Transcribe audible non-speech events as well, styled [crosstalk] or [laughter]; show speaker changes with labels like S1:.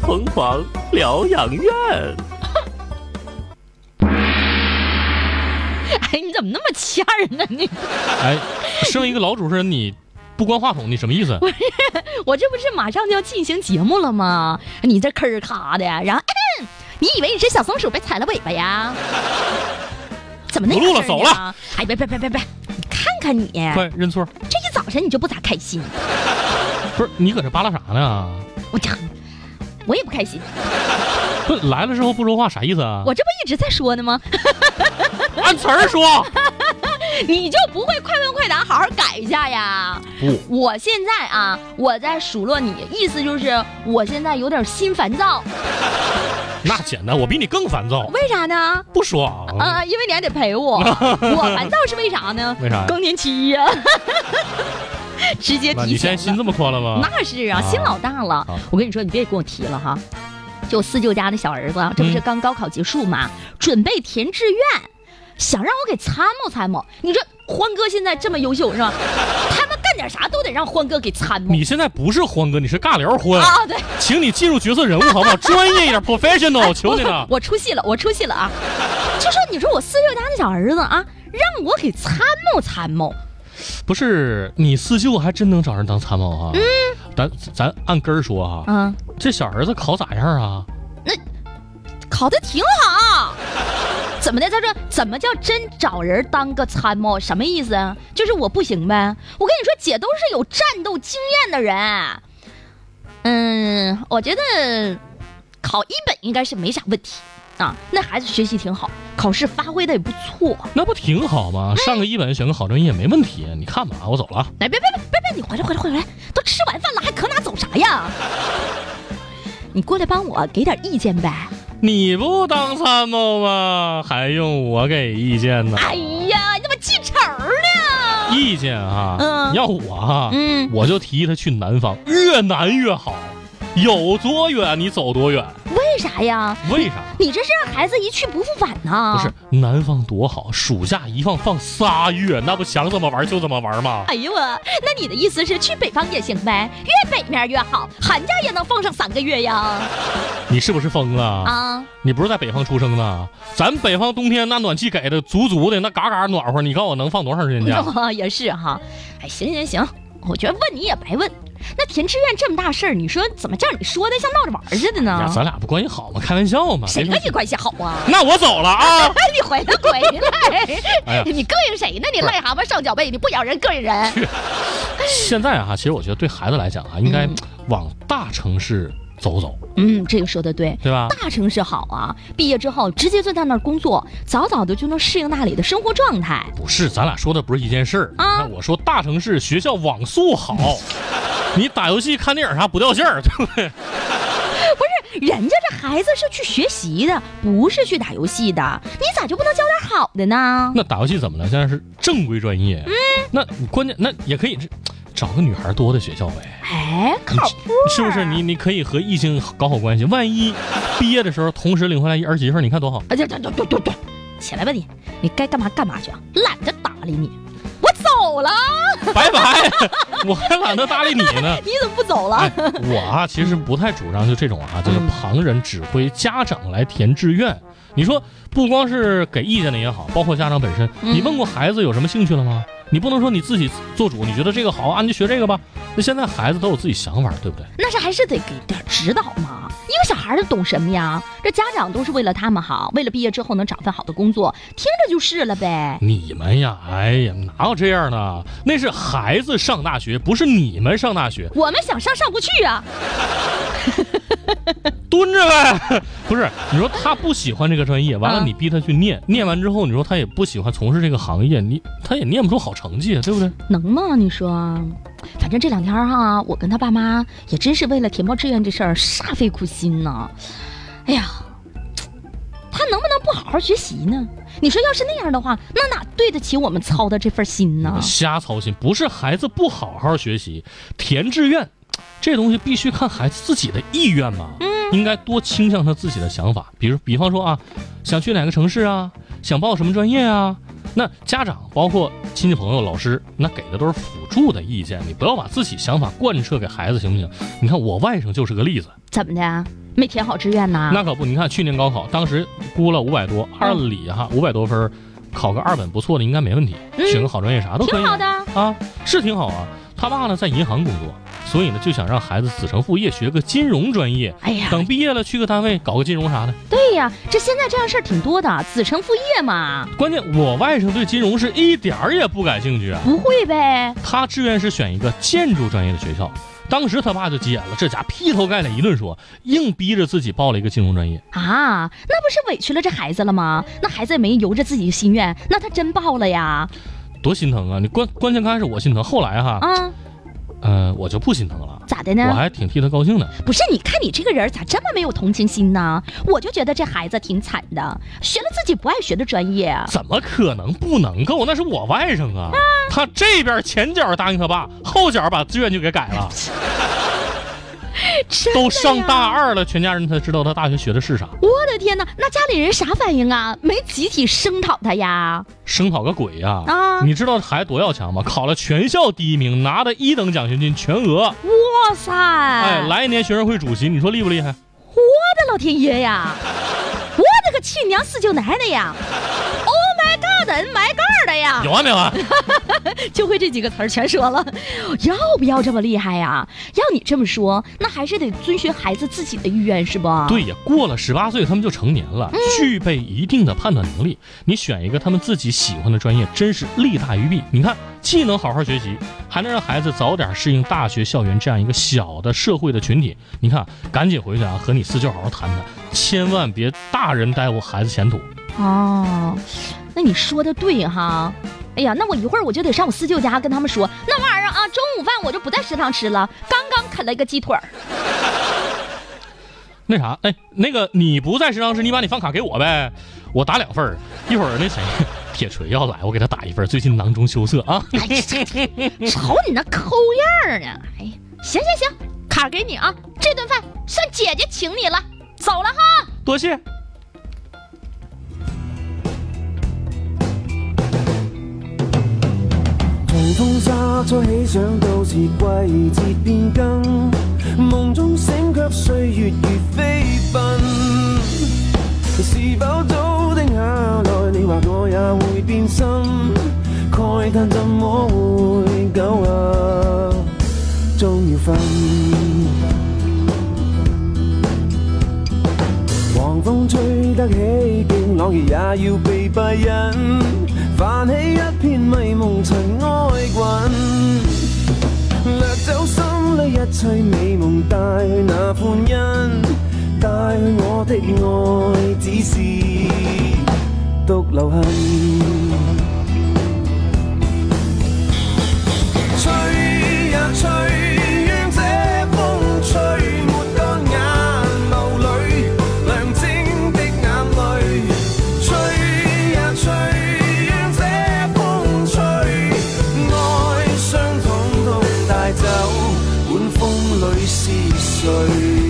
S1: 疯狂疗养院。
S2: 哎，你怎么那么掐人呢？你
S3: 哎，生一个老主持人，你不关话筒，你什么意思？
S2: 我这不是马上就要进行节目了吗？你这吭儿咔的，然后、嗯你以为你是小松鼠被踩了尾巴呀？怎么那
S3: 不录了
S2: 样式儿
S3: 走
S2: 呢
S3: 了。
S2: 哎，别别别别别，你看看你，
S3: 快认错！
S2: 这一早晨你就不咋开心，
S3: 不是你搁这扒拉啥呢？
S2: 我这我也不开
S3: 啊
S2: 心，
S3: 不是来了之后不说话啥意思啊？
S2: 我这不一直在说呢吗？ [laughs]
S3: 按词儿说，
S2: 你就不会快问快答，好好改一下呀？
S3: 不，
S2: 我现在啊，我在数落你，意思就是我现在有点心烦躁，
S3: 那简单，我比你更烦躁，
S2: 为啥呢？
S3: 不爽
S2: 啊、因为你还得陪
S3: [laughs]
S2: 我，我烦躁是为啥呢？
S3: 为啥呀？
S2: 更年期呀、 [laughs] 直接
S3: 那
S2: 提
S3: 你现在
S2: 醒
S3: 心
S2: 了。
S3: 这么宽了吗？
S2: 那是啊，
S3: 啊
S2: 心老大了。
S3: 啊
S2: 我跟你说，你别跟我提了哈。就我四舅家那小儿子，啊这不是
S3: 嗯
S2: 刚高考结束嘛，准备填志愿，想让我给参谋参谋。你这欢哥现在这么优秀是吧？他们干点啥都得让欢哥给参谋
S3: 你现在不是欢哥，你是尬聊欢，
S2: 啊！对，
S3: 请你进入角色人物好不好？专业一点，professional，求
S2: [laughs]
S3: 你了。
S2: 我出戏了，我出戏了啊！就说你说我四舅家那小儿子啊，让我给参谋参谋，
S3: 不是你四舅还真能找人当参谋啊？咱咱按根儿说哈、
S2: 嗯，
S3: 这小儿子考咋样啊？
S2: 考得挺好。怎么的？他说怎么叫真找人当个参谋？什么意思啊？就是我不行呗。我跟你说，姐都是有战斗经验的人。嗯，我觉得考一本应该是没啥问题啊。那孩子学习挺好，考试发挥的也不错。
S3: 那不挺好吗？
S2: 哎
S3: 上个一本选个好专业没问题。你看吧，我走了啊。
S2: 来，别别别别别，你回来回来回来，都吃完饭了还可哪走啥呀？哎你过来帮我给点意见呗。
S3: 你不当参谋吗？还用我给意见呢？
S2: 哎呀，你怎么记仇呢？
S3: 意见啊，
S2: 嗯
S3: 要我啊，
S2: 嗯
S3: 我就提议他去南方，越南越好，有多远你走多远。
S2: 为啥呀？
S3: 为啥？
S2: 你这是让孩子一去不复返呐？
S3: 不是，南方多好，暑假一放放仨月，那不想怎么玩就怎么玩吗？
S2: 哎呦我，那你的意思是去北方也行呗，越北面越好，寒假也能放上三个月呀？
S3: 你是不是疯了？
S2: 啊，
S3: 你不是在北方出生的？咱北方冬天那暖气给的足足的，那嘎嘎暖和。你告诉我能放多长时
S2: [laughs]
S3: 间假？
S2: 哦也是哈。哎，行行行，我觉得问你也白问。那填志愿这么大事儿，你说怎么叫你说的像闹着玩儿似的
S3: 呀，
S2: 呢？
S3: 咱俩不关系好吗？开玩笑
S2: 啊
S3: 嘛。
S2: 谁
S3: 别
S2: 跟
S3: 生
S2: 你
S3: 气
S2: 关系好啊？ [laughs]
S3: 那我走了啊！
S2: 哎，你回来回来！ [laughs]
S3: 哎呀，
S2: 你膈应谁呢？你
S3: 不是
S2: 癞蛤蟆上脚背，你不咬人膈应人。
S3: 现在啊，其实我觉得对孩子来讲啊，应该
S2: 嗯
S3: 往大城市走走，
S2: 嗯，这个说的对。
S3: 对吧？
S2: 大城市好啊，毕业之后直接就在那儿工作，早早的就能适应那里的生活状态。
S3: 不是，咱俩说的不是一件事儿。
S2: 啊
S3: 那我说大城市学校网速
S2: [laughs]
S3: 好，你打游戏、看电影啥不掉线儿，对不对？ [laughs]
S2: 人家这孩子是去学习的，不是去打游戏的，你咋就不能教点好的呢？
S3: 那打游戏怎么了？现在是正规专业。嗯，那你关键那也可以是找个女孩多的学校呗，
S2: 哎，靠谱
S3: 是不是？你你可以和异性搞好关系，万一毕业的时候同时领回来一儿媳妇儿，你看多好。
S2: 哎呀，对对对对对，起来吧你，你该干嘛干嘛去啊，懒得搭理你。我走了，
S3: 拜拜，我还懒得搭理你呢。
S2: 你怎么不走了？
S3: 哎，我啊，其实不太主张就这种啊，就是旁人指挥家长来填志愿。你说不光是给意见的也好，包括家长本身，
S2: 嗯
S3: 你问过孩子有什么兴趣了吗？你不能说你自己做主，你觉得这个好啊，你就学这个吧。那现在孩子都有自己想法，对不对？
S2: 那是还是得给点指导嘛。一个小孩儿他懂什么呀？这家长都是为了他们好，为了毕业之后能找份好的工作，听着就是了呗。
S3: 你们呀，哎呀，哪有这样的？啊那是孩子上大学，不是你们上大学，
S2: 我们想上上不去啊，
S3: 蹲着呗。 [laughs] 不是，你说他不喜欢这个专业，完了
S2: 啊
S3: 你逼他去念，念完之后你说他也不喜欢从事这个行业，你他也念不出好成绩，啊对不对？
S2: 能吗？你说，反正这两天儿哈、我跟他爸妈也真是为了填报志愿这事儿煞费苦心呢。哎呀，他能不能不好好学习呢？你说要是那样的话，那哪对得起我们操的这份心呢？
S3: 瞎操心，不是孩子不好好学习，填志愿这东西必须看孩子自己的意愿嘛。应该多倾向他自己的想法，比如比方说啊，想去哪个城市啊，想报什么专业啊。那家长包括亲戚朋友、老师，那给的都是辅助的意见，你不要把自己想法贯彻给孩子，行不行？你看我外甥就是个例子，
S2: 怎么的？啊没填好志愿呐？
S3: 那可不，你看去年高考，当时估了五百多，
S2: 嗯
S3: 按理哈五百多分儿，考个二本不错的应该没问题，
S2: 嗯
S3: 选个好专业啥都可以
S2: 挺好
S3: 啊
S2: 的啊，
S3: 啊，是挺好啊。他爸呢在银行工作，所以呢就想让孩子子承父业，学个金融专业，
S2: 哎呀，
S3: 等毕业了去个单位搞个金融啥的。
S2: 对呀，这现在这样事儿挺多的，子承父业嘛，
S3: 关键我外甥对金融是一点儿也不感兴趣啊，
S2: 不会呗？
S3: 他志愿是选一个建筑专业的学校。当时他爸就急眼了，这家劈头盖脸一顿说，硬逼着自己报了一个金融专业。
S2: 啊，那不是委屈了这孩子了吗？那孩子也没由着自己的心愿，那他真报了呀！
S3: 多心疼啊！你关关键刚开始我心疼，后来哈，
S2: 啊，
S3: 呃，我就不心疼了，
S2: 咋的
S3: 我
S2: 呢？
S3: 还挺替他高兴的。
S2: 不是，你看你这个人咋这么没有同情心呢？我就觉得这孩子挺惨的，学了自己不爱学的专业。啊
S3: 怎么可能不能够？那是我外甥啊！他这边前脚答应他爸，后脚把志愿就给 [laughs] 改了。
S2: 真的呀
S3: 都上大，二了，全家人才知道他大学学的是啥，
S2: 我的天哪！那家里人啥反应啊？没集体声讨他呀？
S3: 声讨个鬼呀、
S2: 啊
S3: 你知道孩子多要强吗？考了全校第一名，拿的一等奖学金全额，
S2: 哇塞！
S3: 哎，
S2: 哎，
S3: 来一年学生会主席，你说厉不厉害？
S2: 我的老天爷呀！我的个去娘四舅奶奶呀！Oh my god，my god 的呀！
S3: 有啊完没完？
S2: 就会这几个词儿全说了，要不要这么厉害呀、要你这么说，那还是得遵循孩子自己的意愿，是不？，
S3: 对呀，过了十八岁，他们就成年了，具备一定的判断能力。你选一个他们自己喜欢的专业，真是利大于弊。你看，既能好好学习，还能让孩子早点适应大学校园这样一个小的社会的群体。你看，赶紧回去啊，和你四舅好好谈谈，千万别大人耽误孩子前途。
S2: 哦，那你说的对哈。哎呀，那我一会儿我就得上我四舅家跟他们说，那玩意儿啊，中午饭我就不在食堂吃了，刚刚啃了一个鸡腿儿。
S3: 那啥，哎，那个你不在食堂时，你把你饭卡给我呗，我打两份儿。一会儿那谁， [laughs] 铁锤要来，我给他打一份儿。最近囊中羞涩啊。
S2: 哎呀，瞅你那抠样儿呢！哎呀，行行行，卡儿给你啊，这顿饭算姐姐请你了，走了哈。
S3: 多谢。
S4: 狂風沙災起想到是季節變更，夢中醒卻歲月如飛奔。是否早定下來，你話我也會變心，慨嘆怎麼會久啊，終要分。狂風吹得起，勁朗熱也要被閉忍，泛起一片迷蒙塵埃滾，掠走心裏一切美夢，帶去那歡欣，帶去我的愛，只是獨留恨。吹呀吹，讓這風吹沒乾眼眸裏亮晶的眼淚。吹呀吹，讓這風吹，哀傷統統帶走，管風裏是誰？